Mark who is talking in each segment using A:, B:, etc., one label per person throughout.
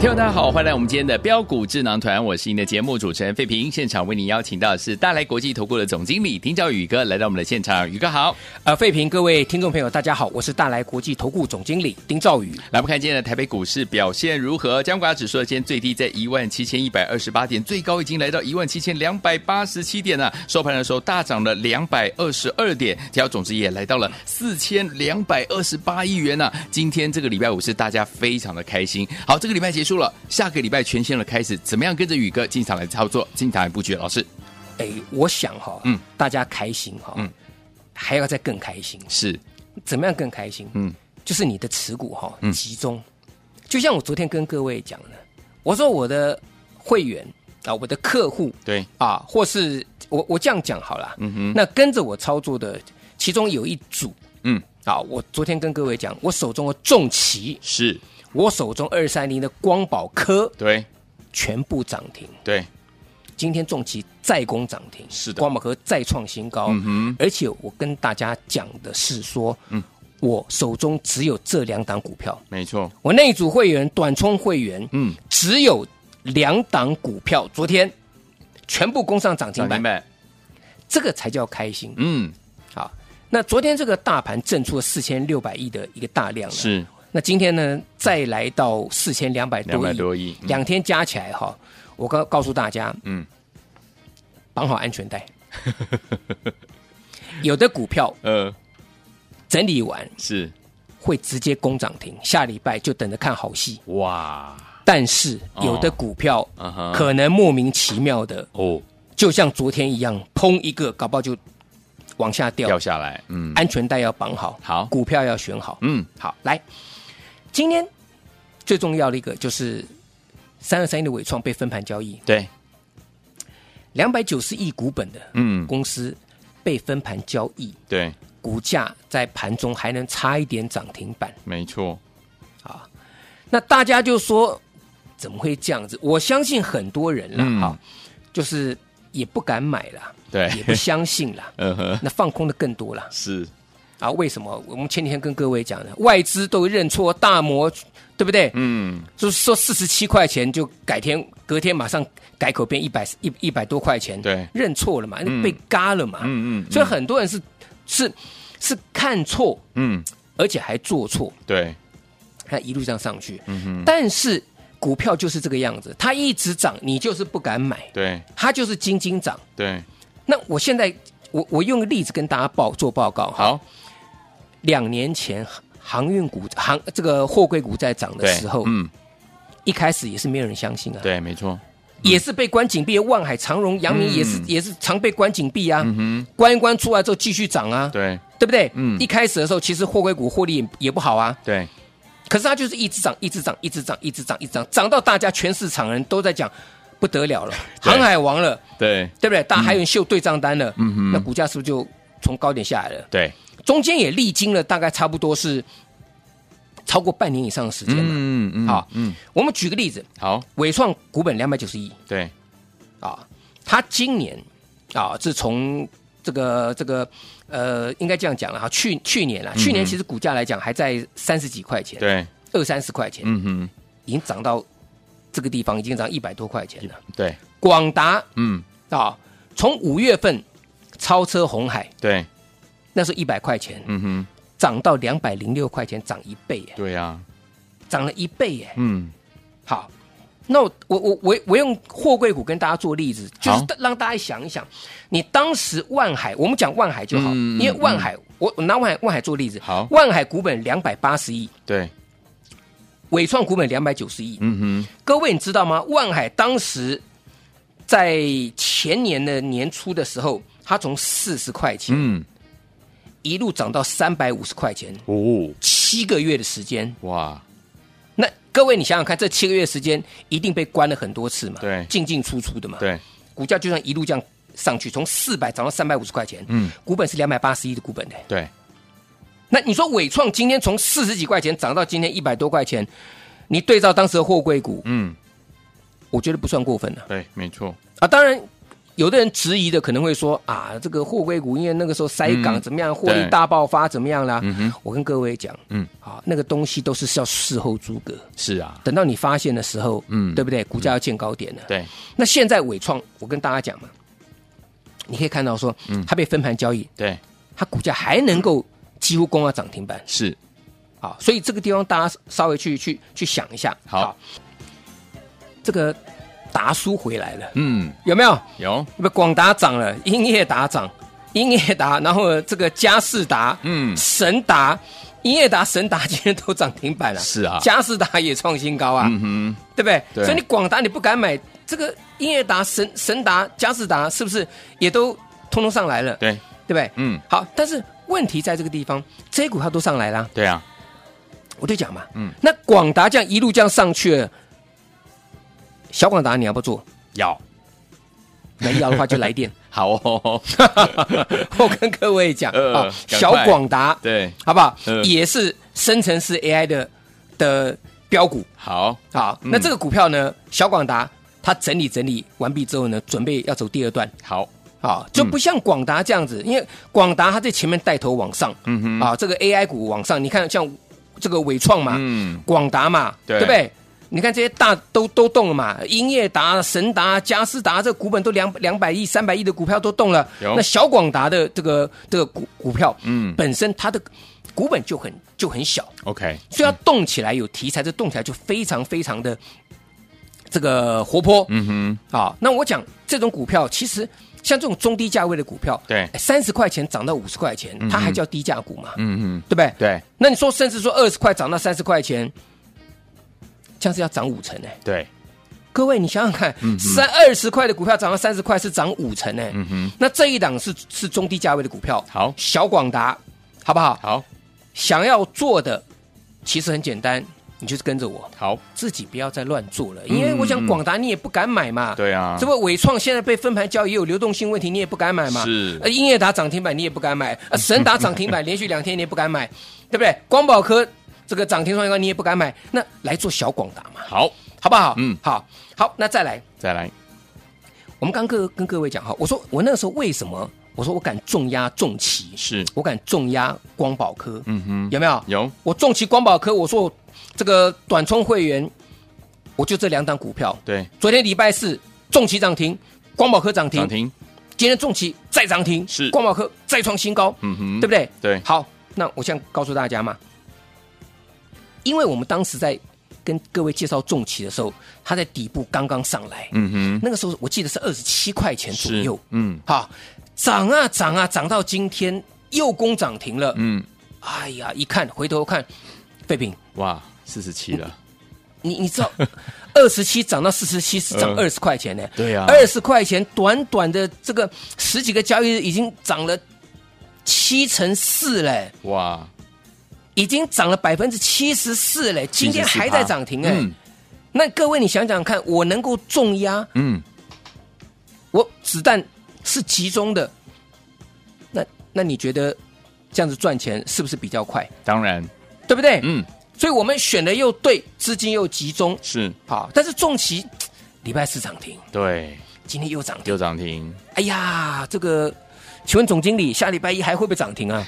A: 听众大家好，欢迎来我们今天的标股智囊团，我是您的节目主持人费平。现场为您邀请到的是大来国际投顾的总经理丁兆宇哥来到我们的现场，宇哥好。
B: 呃，费评各位听众朋友，大家好，我是大来国际投顾总经理丁兆宇。
A: 来，我们看今天的台北股市表现如何？加权指数今天最低在17,128点，最高已经来到17,287点了。收盘的时候大涨了222点，成交总值也来到了4,228亿元呢、啊今天这个礼拜五是大家非常的开心。好，这个礼拜结束了，下个礼拜全线的开始，怎么样跟着宇哥进场来操作，进场来布局？老师
B: 哎，我想哈、
A: 嗯
B: 大家开心哈、
A: 嗯
B: 还要再更开心。
A: 是，
B: 怎么样更开心？
A: 嗯，
B: 就是你的持股哈、
A: 嗯
B: 集中。就像我昨天跟各位讲的，我说我的会员啊，我的客户
A: 对，
B: 啊，或是我我这样讲好了，
A: 嗯哼，
B: 那跟着我操作的，其中有一组
A: 嗯，
B: 啊，我昨天跟各位讲，我手中的重旗，
A: 是，
B: 我手中二三零的光宝科
A: 对，
B: 全部涨停。
A: 对，
B: 今天重旗再攻涨停，
A: 是的
B: 光宝科再创新高，
A: 嗯
B: 而且我跟大家讲的是说，
A: 嗯
B: 我手中只有这两档股票，
A: 没错，
B: 我那一组会员短冲会员，
A: 嗯，
B: 只有两档股票，昨天全部攻上涨停
A: 涨
B: 板
A: 停，板，
B: 这个才叫开心。
A: 嗯，
B: 好，那昨天这个大盘震出了四千六百亿的一个大量，，
A: 是
B: 那今天呢再来到四千两百
A: 两
B: 多
A: 百
B: 亿，
A: 多亿，嗯
B: 两天加起来哈，我告告诉大家，
A: 嗯，
B: 绑好安全带。有的股票
A: 呃，
B: 整理完
A: 是
B: 会直接攻涨停，下礼拜就等着看好戏。
A: 哇，
B: 但是
A: 哦
B: 有的股票
A: 嗯哼
B: 可能莫名其妙的，
A: 哦
B: 就像昨天一样，砰一个，搞不好就往下掉。
A: 掉下来，嗯，
B: 安全带要绑好，
A: 好
B: 股票要选好。
A: 嗯，
B: 哎好，来，今天最重要的一个就是三二三一的伟创被分盘交易，
A: 对，
B: 两百九十亿股本的
A: 嗯，
B: 公司被分盘交易，
A: 对，
B: 股价在盘中还能差一点涨停板。
A: 没错，
B: 那大家就说怎么会这样子？我相信很多人啦，
A: 嗯
B: 哈、就是也不敢买 了，
A: 对，
B: 也不相信了
A: 嗯哼，
B: 那放空的更多了
A: 是，
B: 啊？为什么？我们前几天跟各位讲的，外资都认错大摩，对不对？
A: 嗯，
B: 就是说四十七块钱就改天，隔天马上改口变一百一一百多块钱，
A: 对
B: 认错了嘛，
A: 嗯
B: 被嘎了嘛，
A: 嗯嗯
B: 所以很多人是是是看错，
A: 嗯，
B: 而且还做错，
A: 对，
B: 它一路这样上去。
A: 嗯哼，
B: 但是股票就是这个样子，它一直涨，你就是不敢买，
A: 对，
B: 它就是斤斤涨。
A: 对，
B: 那我现在我我用个例子跟大家报做报告哈，
A: 好，
B: 两年前航运股航这个货柜股在涨的
A: 对，
B: 时候，
A: 嗯，
B: 一开始也是没有人相信啊，
A: 对，没错，
B: 也是被关紧闭的万海、长荣、阳明也是、
A: 嗯
B: 也是常被关紧闭啊，
A: 嗯哼，
B: 关一关出来之后继续涨啊，
A: 对，
B: 对不对？
A: 嗯
B: 一开始的时候其实货柜股获利也也不好啊，
A: 对，
B: 可是它就是一直涨，一直涨，一直涨，一直涨，一直涨，涨到大家全市场人都在讲不得了了，
A: 对
B: 航海王了，
A: 对，
B: 对不对？大海运秀对账单了，
A: 嗯哼
B: 那股价是不是就从高点下来了？
A: 对，
B: 中间也历经了大概差不多是超过半年以上的时间了。
A: 嗯嗯，
B: 好
A: 嗯，
B: 我们举个例子，
A: 好，
B: 伟创股本两百九十亿
A: 对，
B: 啊，它今年啊，自从这个这个呃，应该这样讲了哈，去去年啊，去年其实股价来讲还在三十几块钱，
A: 嗯对，
B: 二三十块钱，
A: 嗯哼，
B: 已经涨到这个地方，已经涨一百多块钱了。
A: 对，
B: 广达
A: 嗯，
B: 啊，从五月份超车红海，
A: 对，
B: 那时候一百块钱，
A: 嗯哼，
B: 涨到两百零六块钱，涨一倍耶，
A: 对呀，
B: 涨了一倍耶。
A: 嗯，
B: 好，那我我我我我用货柜股跟大家做例子，就
A: 好
B: 是让大家想一想，你当时万海，我们讲万海就好，
A: 嗯
B: 因为万海，我我拿万海万海做例子，
A: 好
B: 万海股本两百八十亿，
A: 对，
B: 伟创股本两百九十亿，
A: 嗯哼，
B: 各位你知道吗？万海当时在前年的年初的时候，它从四十块钱
A: 嗯，
B: 一路涨到三百五十块钱，
A: 哦，
B: 七个月的时间。
A: 哇，
B: 那各位，你想想看，这七个月时间一定被关了很多次嘛？
A: 对
B: 进进出出的嘛。，
A: 对，
B: 股价就算一路这样上去，从四百涨到三百五十块钱，
A: 嗯，
B: 股本是两百八十一的股本的。
A: 对，
B: 那你说伟创今天从四十几块钱涨到今天一百多块钱，你对照当时的货柜股，
A: 嗯，
B: 我觉得不算过分了
A: 对，没错，
B: 啊。当然，有的人质疑的可能会说啊，这个货柜股因为那个时候塞港
A: 嗯
B: 怎么样，获利
A: 对
B: 大爆发怎么样啦？
A: 嗯哼，
B: 我跟各位讲，
A: 嗯，
B: 啊，那个东西都是要事后诸葛，
A: 是啊，
B: 等到你发现的时候，
A: 嗯
B: 对不对？股价要见高点了。
A: 对，
B: 那现在伟创，我跟大家讲嘛，你可以看到说，
A: 嗯
B: 它被分盘交易，
A: 对，
B: 它股价还能够几乎攻到涨停板。
A: 是，
B: 啊，所以这个地方大家稍微去去去想一下。
A: 好
B: 这个达叔回来了，
A: 嗯，
B: 有没有？
A: 有，
B: 不，广达涨了，英业达涨，英业达，然后这个嘉士达、
A: 嗯，
B: 神达、英业达、神达今天都涨停板了，
A: 是啊
B: 嘉士达也创新高啊，
A: 嗯哼，
B: 对不对？
A: 对
B: 所以你广达你不敢买，这个英业达、神神达、嘉士达是不是也都通通上来了？
A: 对，
B: 对不对？
A: 嗯，
B: 好，但是问题在这个地方，这些股票都上来啦。
A: 对啊，
B: 我就讲嘛，
A: 嗯
B: 嗯，那广达这样一路这样上去了，小广达你要不要做？
A: 要，
B: 没要的话就来电。
A: 好 哦，
B: 我跟各位讲
A: 呃
B: 啊，
A: 赶快
B: 小广达
A: 对，
B: 好不好
A: 呃？
B: 也是生成式 AI 的的标股
A: 好，
B: 啊。
A: 嗯
B: 那这个股票呢，小广达它整理整理完毕之后呢，准备要走第二段
A: 好，
B: 啊，就不像广达这样子，因为广达它在前面带头往上
A: 嗯哼，
B: 啊，这个 AI 股往上，你看像这个伟创嘛，
A: 嗯，
B: 广达嘛，
A: 对
B: 对不对？你看这些大都都动了嘛，英业达、神达、嘉士达这股本都两两百亿、三百亿的股票都动了。
A: 有
B: 那小广达的这个这个股股票，
A: 嗯
B: 本身它的股本就很就很小，
A: ，OK，
B: 所以它动起来有题材，这动起来就非常非常的这个活泼。
A: 嗯哼，
B: 啊，那我讲这种股票，其实像这种中低价位的股票，
A: 对
B: 三十块钱涨到五十块钱，它还叫低价股嘛，
A: 嗯哼，
B: 对不对？
A: 对，
B: 那你说，甚至说二十块涨到三十块钱，这样是要涨五成哎、
A: 对，
B: 各位，你想想看，三二十块的股票涨到三十块是涨五成哎、
A: 嗯哼，
B: 那这一档是是中低价位的股票，
A: 好
B: 小广达，好不好？
A: 好，
B: 想要做的其实很简单，你就是跟着我，
A: 好，
B: 自己不要再乱做了，因为
A: 嗯
B: 我想
A: 嗯
B: 广达你也不敢买嘛，
A: 对啊，
B: 这不伟创现在被分盘交易，也有流动性问题，你也不敢买嘛。
A: 是哎
B: 呃，英业达涨停板你也不 敢买，呃，神达涨停板连续两天你也不敢买， 对不对？光宝科这个涨停创新高你也不敢买，那来做小广达嘛，
A: 好，
B: 好不好？
A: 嗯
B: 好，好，那再来，
A: 再来，
B: 我们刚各跟各位讲哈，我说我那时候为什么我说我敢重压重旗，
A: 是，
B: 我敢重压光宝科，
A: 嗯哼，
B: 有没有？
A: 有，
B: 我重旗光宝科，我说我这个短冲会员，我就这两档股票，
A: 对，
B: 昨天礼拜四重旗涨停，光宝科涨停
A: 涨。停，
B: 今天重旗再涨停，
A: 是
B: 光宝科再创新高，
A: 嗯哼，
B: 对不对？
A: 对
B: 好，那我现在告诉大家嘛，因为我们当时在跟各位介绍重旗的时候，它在底部刚刚上来，
A: 嗯哼，
B: 那个时候我记得是二十七块钱左
A: 是
B: 右，，
A: 嗯
B: 好，涨啊涨啊涨到今天又攻涨停了，
A: 嗯，
B: 哎呀，一看回头看，废品，
A: 哇，四十七了，
B: 你 你知道，二十七涨到四十七是涨
A: 嗯
B: 二十块钱呢、
A: 对啊
B: 二十块钱，短短的这个十几个交易日已经涨了七成四嘞、
A: 哇，
B: 已经涨了百分之七十四嘞，今天还在涨停哎、
A: 嗯
B: 那各位你想想看，我能够重压，
A: 嗯，
B: 我子弹是集中的，那那你觉得这样子赚钱是不是比较快？
A: 当然，
B: 对不对？
A: 嗯，
B: 所以我们选的又对，资金又集中，
A: 是
B: 好，但是重旗礼拜四涨停，
A: 对，
B: 今天又涨停。
A: 又涨 停，
B: 哎呀，这个，请问总经理下礼拜一还会不会涨停 啊？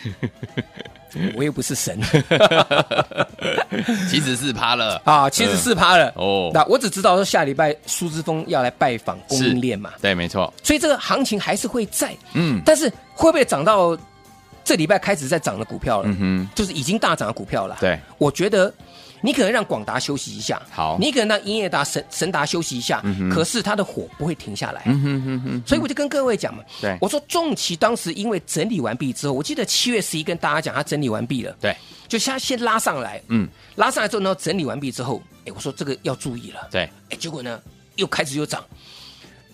B: 我又不是神
A: 七十四趴了，
B: 啊，七十四趴了。
A: 哦，
B: 那我只知道说下礼拜苏之峰要来拜访供
A: 是
B: 应链嘛，
A: 嗯对，没错，
B: 所以这个行情还是会在，
A: 嗯
B: 但是会不会涨到这礼拜开始在涨的股票了？
A: 嗯哼，
B: 就是已经大涨的股票了。
A: 对，
B: 我觉得你可能让广达休息一下，
A: 好
B: 你可能让英业达、神神达休息一下，可是它的火不会停下来。
A: 嗯哼哼哼，
B: 所以我就跟各位讲嘛，
A: 对
B: 我说重旗当时因为整理完毕之后，我记得七月十一跟大家讲，它整理完毕了，
A: 对，
B: 就先先拉上来，
A: 嗯，
B: 拉上来之后呢，整理完毕之后，哎，我说这个要注意了，
A: 对，
B: 哎，结果呢又开始又涨，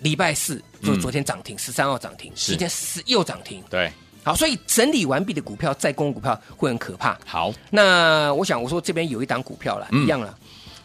B: 礼拜四就
A: 嗯
B: 昨天涨停，十三号涨停，
A: 是
B: 今天十又涨停。
A: 对，
B: 好，所以整理完毕的股票，再攻的股票会很可怕。
A: 好，
B: 那我想我说这边有一档股票了，
A: 嗯
B: 一样了，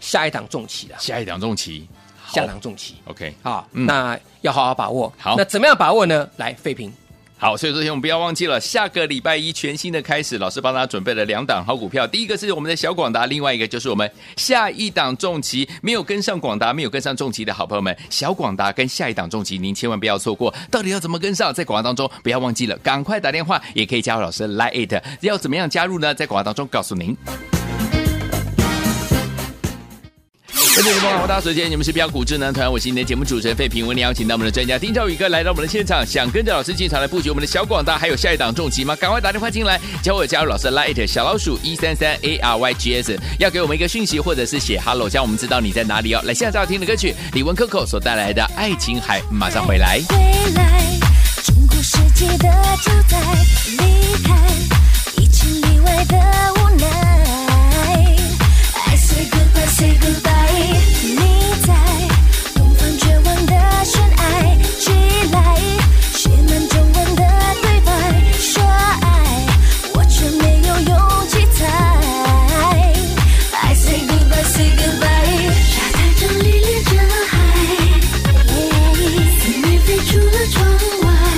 B: 下一档重骑了，
A: 下一档重旗，好
B: 下档重骑。
A: ，OK，
B: 好，
A: 嗯
B: 那要好好把握。
A: 好
B: 那怎么样把握呢？来，废平，
A: 好，所以昨天我们不要忘记了，下个礼拜一全新的开始，老师帮大家准备了两档好股票，第一个是我们的小广达，另外一个就是我们下一档重旗，没有跟上广达，没有跟上重旗的好朋友们，小广达跟下一档重旗，您千万不要错过，到底要怎么跟上？在广告当中不要忘记了，赶快打电话，也可以加入老师 Line It，要怎么样加入呢？在广告当中告诉您。跟着我们广大时间，你们是标股智能团，我是你的节目主持人费平。为您邀请到我们的专家丁兆宇哥来到我们的现场，想跟着老师进场来布局我们的小广大，还有下一档重疾吗？赶快打电话进来，教我加入老师的 Light 小老鼠一三三 A R Y G S，要给我们一个讯息或者是写 Hello，这样我们知道你在哪里哦。来，现在要听的歌曲，李玟 Coco 所带来的《爱情海》，马上回来。
C: 回来，中古世纪的主宰，离开一情例外的无奈。I say goodbye, say goodbye，你在东方绝望的悬崖，起来，写满中文的对白，说爱，我却没有勇气猜。I say goodbye, say goodbye，沙滩上历练着海。思念飞出了窗外，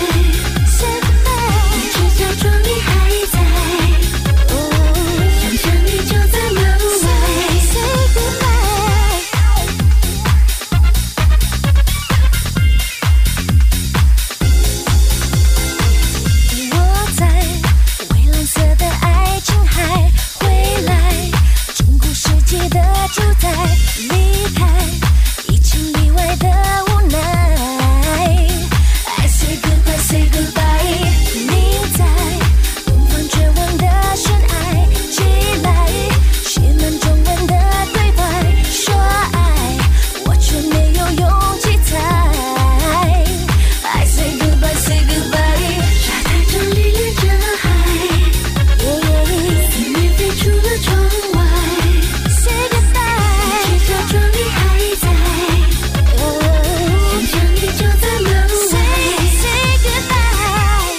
C: 你只假装你还在，想象你就在门外。我在蔚蓝色的爱情海回来，中古世纪的主宰离开，一情例外的无奈。I say goodbye, say goodbye，你在东方绝望的悬崖，起来，写满中文的对白，说爱，我却没有勇气猜。I say goodbye, say goodbye，沙滩上历练着海，思念飞出了窗外。Say goodbye，你只假装你还在，想象你就在门外。Say goodbye。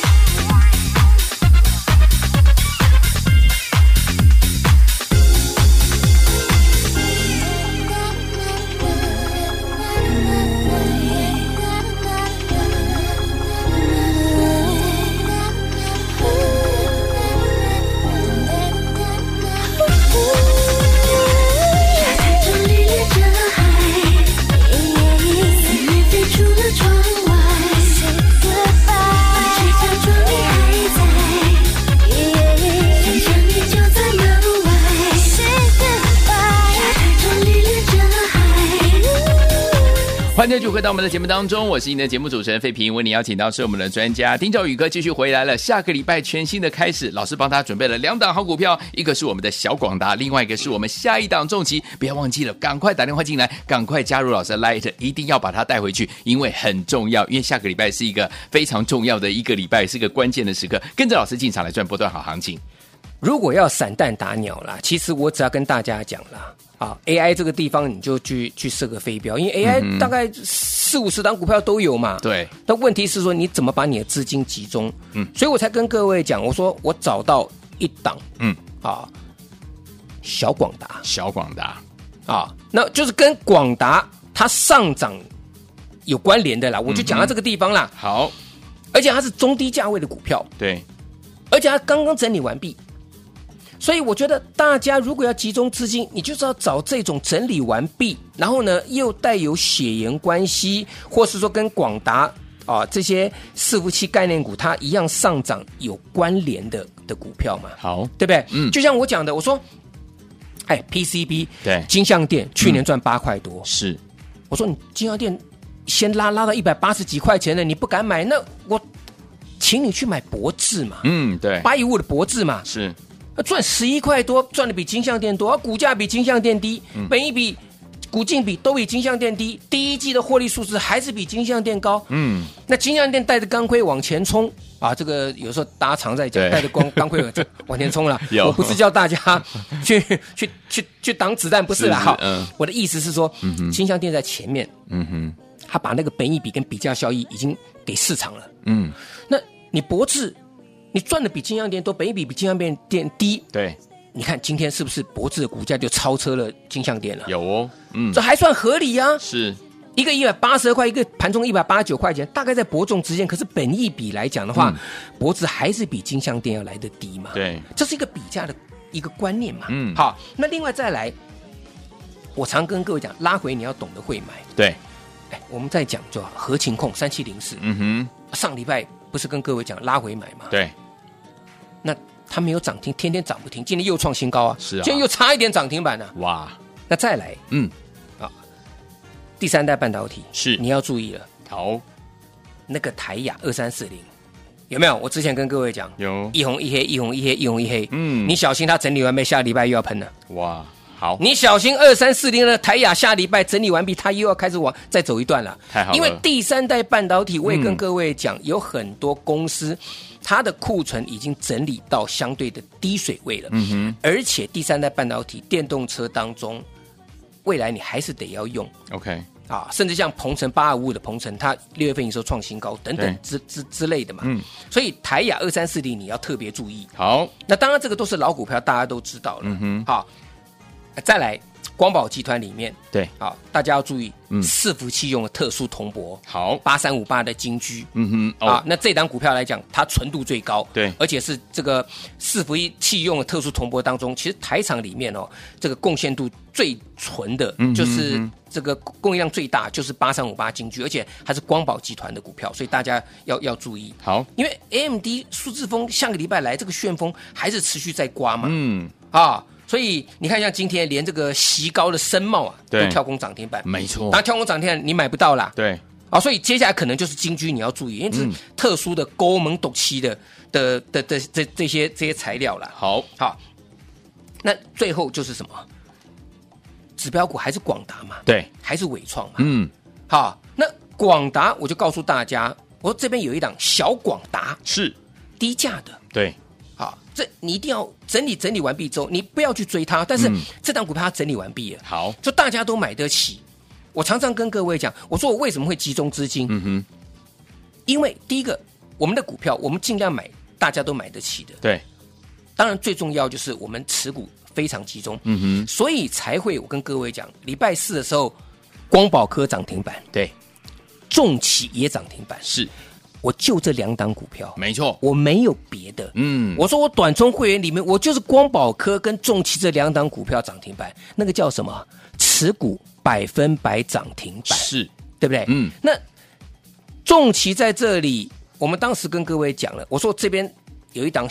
C: 沙滩上历练着海，思念飞出了窗外。你只假装你还在，想象你就在门外。沙滩上历练着海。
A: 欢迎继续回到我们的节目当中，我是您的节目主持人费平，为您邀请到是我们的专家丁兆宇哥继续回来了。下个礼拜全新的开始，老师帮他准备了两档好股票，一个是我们的小广达，另外一个是我们下一档重疾。不要忘记了，赶快打电话进来，赶快加入老师的 Light，一定要把它带回去，因为很重要。因为下个礼拜是一个非常重要的一个礼拜，是个关键的时刻，跟着老师进场来赚波段好行情。
B: 如果要散弹打鸟啦，其实我只要跟大家讲啦，啊，AI 这个地方你就去去设个飞镖，因为 AI 大概四五十档股票都有嘛。
A: 对，
B: 但问题是说你怎么把你的资金集中？嗯，所以我才跟各位讲，我说我找到一档
A: 嗯，
B: 啊，小广达
A: 小广达，
B: 啊，那就是跟广达它上涨有关联的啦，我就讲到这个地方啦。
A: 好，
B: 而且它是中低价位的股票，
A: 对，
B: 而且它刚刚整理完毕，所以我觉得大家如果要集中资金，你就是要找这种整理完毕，然后呢又带有血缘关系，或是说跟广达啊这些伺服器概念股它一样上涨有关联的的股票嘛，
A: 好，
B: 对不对？
A: 嗯
B: 就像我讲的，我说，哎，PCB
A: 对
B: 金像店去年赚八块多，
A: 是，
B: 我说你金药店先拉拉到一百八十几块钱了，你不敢买，那我请你去买博智嘛，
A: 嗯，对，
B: 八一五的博智嘛，
A: 是，
B: 赚十一块多，赚的比金项店多，啊股价比金项店低，
A: 嗯
B: 本一比、股净比都比金项店低，第一季的获利数字还是比金项店高。
A: 嗯，
B: 那金项店带着钢盔往前冲啊，这个有时候大家常在讲，
A: 对
B: 带着光钢盔 往前往前冲了。
A: 有
B: 我不是叫大家 去去去去挡子弹，不是啦
A: 是是
B: 哈。
A: 嗯
B: 我的意思是说，金项店在前面。
A: 嗯哼，
B: 它把那个本益比跟比价效益已经给市场了。
A: 嗯，
B: 那你博智，你赚的比金像店多，本益比比金像店店低，
A: 对，
B: 你看今天是不是博智的股价就超车了金像店了？
A: 有哦，嗯
B: 这，还算合理啊！
A: 是，
B: 一个一百八十二块，一个盘中一百八十九块钱，大概在伯仲之间。可是本益比来讲的话，博智还是比金像店要来的低嘛。，
A: 嗯对，
B: 这是一个比价的一个观念嘛。
A: 嗯
B: 好，那另外再来，我常跟各位讲，拉回你要懂得会买。
A: 对，
B: 哎，我们再讲就好，合情控三七零四，
A: 嗯哼，
B: 上礼拜不是跟各位讲拉回买吗？，
A: 对，
B: 那它没有涨停，天天涨不停，今天又创新高啊，
A: 是啊
B: 今天又差一点涨停板呢、
A: 哇，
B: 那再来
A: 嗯，
B: 第三代半导体，
A: 是
B: 你要注意了，
A: 好，
B: 那个台雅二三四零有没有？我之前跟各位讲，
A: 有，
B: 一红一黑，一红一黑，一红一黑，
A: 嗯
B: 你小心它整理完毕，下礼拜又要喷了。
A: 哇，好，
B: 你小心二三四零的台雅下礼拜整理完毕，它又要开始往再走一段了。
A: 太好了
B: 因为第三代半导体，我也
A: 嗯
B: 跟各位讲，有很多公司它的库存已经整理到相对的低水位了。嗯哼，而且第三代半导体电动车当中，未来你还是得要用。
A: OK，
B: 啊，甚至像鹏程八二五五的鹏程，它六月份营收创新高等等之之之类的嘛，
A: 嗯
B: 所以台雅二三四零你要特别注意。
A: 好，
B: 那当然，这个都是老股票，大家都知道了。
A: 嗯哼
B: 好，再来光宝集团里面，
A: 对，
B: 好，大家要注意，
A: 嗯
B: 伺服器用的特殊铜箔，
A: 好，
B: 八三五八的金居。
A: 嗯哼，
B: 啊
A: 哦，，
B: 那这档股票来讲，它纯度最高，
A: 对
B: 而且是这个伺服器用的特殊铜箔当中，其实台厂里面哦，这个贡献度最纯的，
A: 嗯哼
B: 就是
A: 嗯
B: 这个供应量最大，就是八三五八金居，而且它是光宝集团的股票，所以大家要要注意。
A: 好，
B: 因为 AMD 数字风下个礼拜来这个旋风还是持续在刮嘛，
A: 嗯，
B: 啊，所以你看像今天连这个席高的深茂啊，
A: 对
B: 都跳空涨停板，
A: 没错
B: 当然跳空涨停板你买不到啦，
A: 对，
B: 啊，所以接下来可能就是金居你要注意，因为这是
A: 嗯
B: 特殊的勾蒙斗漆的的的的这这些这些材料啦。
A: 好，
B: 好，那最后就是什么？指标股还是广达嘛，
A: 对，
B: 还是伟创嘛，
A: 嗯，
B: 好，那广达我就告诉大家，我说这边有一档小广达，
A: 是，
B: 低价的，
A: 对，
B: 好，这你一定要整理整理完毕之后，你不要去追它，但是
A: 嗯
B: 这档股票它整理完毕了，
A: 好，
B: 就大家都买得起。我常常跟各位讲，我说我为什么会集中资金，
A: 嗯哼，
B: 因为第一个，我们的股票我们尽量买大家都买得起的，
A: 对，
B: 当然最重要就是我们持股非常集中，
A: 嗯哼，
B: 所以才会我跟各位讲，礼拜四的时候，光宝科涨停板，
A: 对，
B: 重企也涨停板，
A: 是，
B: 我就这两档股票，
A: 没错，
B: 我没有别的，
A: 嗯，
B: 我说我短冲会员里面，我就是光宝科跟重旗这两档股票涨停板，那个叫什么？持股百分百涨停板，
A: 是，
B: 对不对？
A: 嗯
B: 那重旗在这里，我们当时跟各位讲了，我说这边有一档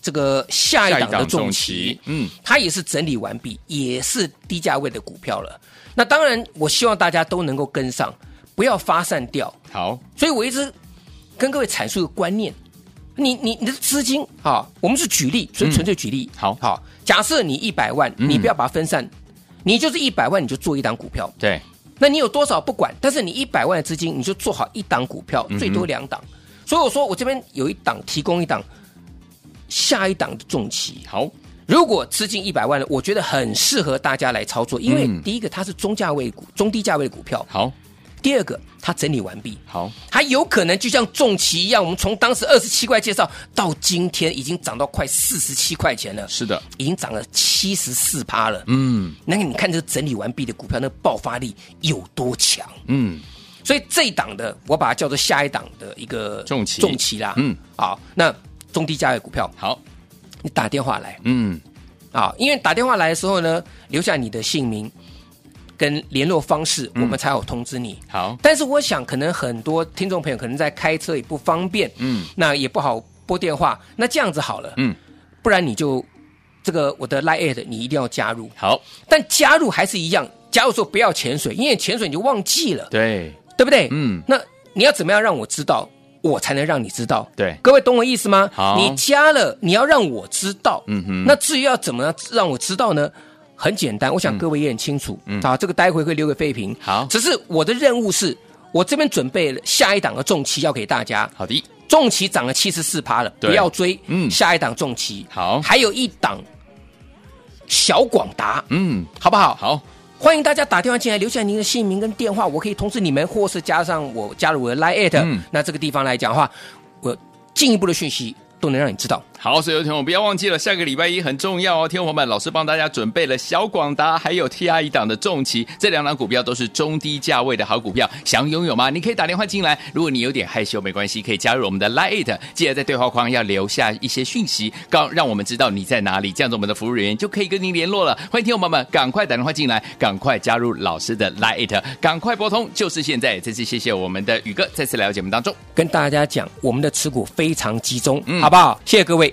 B: 这个下一档的重旗，
A: 嗯，
B: 它也是整理完毕，也是低价位的股票了。那当然，我希望大家都能够跟上，不要发散掉。
A: 好，
B: 所以我一直跟各位阐述一个观念：你你你的资金啊，我们是举例，纯纯粹举例。
A: 好
B: 好，假设你一百万，
A: 嗯
B: 你不要把它分散，你就是一百万，你就做一档股票。
A: 对，
B: 那你有多少不管，但是你一百万的资金，你就做好一档股票，
A: 嗯
B: 最多两档。所以我说，我这边有一档提供一档，下一档的重期。
A: 好，
B: 如果资金一百万了，我觉得很适合大家来操作，因为
A: 嗯
B: 第一个它是中价位股、中低价位的股票，
A: 好，
B: 第二个它整理完毕，
A: 好，
B: 还有可能就像重旗一样，我们从当时二十七块介绍到今天已经涨到快四十七块钱了，
A: 是的，
B: 已经涨了七十四趴了。
A: 嗯，
B: 那你看这个整理完毕的股票，那个爆发力有多强？
A: 嗯，
B: 所以这一档的，我把它叫做下一档的一个
A: 重旗
B: 重旗啦。
A: 嗯，
B: 好，那中低价位股票，
A: 好，
B: 你打电话来
A: 嗯，
B: 啊，因为打电话来的时候呢，留下你的姓名跟联络方式，
A: 嗯
B: 我们才好通知你。
A: 好，
B: 但是我想，可能很多听众朋友可能在开车也不方便，
A: 嗯，
B: 那也不好拨电话。那这样子好了，
A: 嗯，
B: 不然你就这个我的 Line at 你一定要加入，
A: 好，
B: 但加入还是一样，加入之后不要潜水，因为潜水你就忘记了，
A: 对，
B: 对不对？
A: 嗯，
B: 那你要怎么样让我知道，我才能让你知道？
A: 对
B: 各位懂我意思吗？
A: 好
B: 你加了，你要让我知道。
A: 嗯哼
B: 那至于要怎么样让我知道呢？很简单，我想各位也很清楚。嗯，好，这个待会会留给费平。
A: 好
B: 只是我的任务是，我这边准备了下一档的重旗要给大家。
A: 好的，
B: 重旗涨了七十四趴了，
A: 对
B: 不要追。
A: 嗯
B: 下一档重旗
A: 好
B: 还有一档小广达，
A: 嗯，
B: 好不好？
A: 好，
B: 欢迎大家打电话进来，留下您的姓名跟电话，我可以通知你们，或是加上我加入我的 Line at、
A: 嗯
B: 那这个地方来讲的话，我进一步的讯息都能让你知道。
A: 好，所以有听我不要忘记了，下个礼拜一很重要哦。天伙们，老师帮大家准备了小广达还有 TI 档的重旗，这两档股票都是中低价位的好股票，想拥有吗？你可以打电话进来。如果你有点害羞，没关系，可以加入我们的 Lite，记得在对话框要留下一些讯息，告让我们知道你在哪里，这样子我们的服务人员就可以跟您联络了。欢迎听友们赶快打电话进来，赶快加入老师的 Lite，赶快拨通，就是现在。再次谢谢我们的宇哥再次来到节目当中。
B: 跟大家讲，我们的持股非常集中，
A: 嗯
B: 好不好？谢谢各位，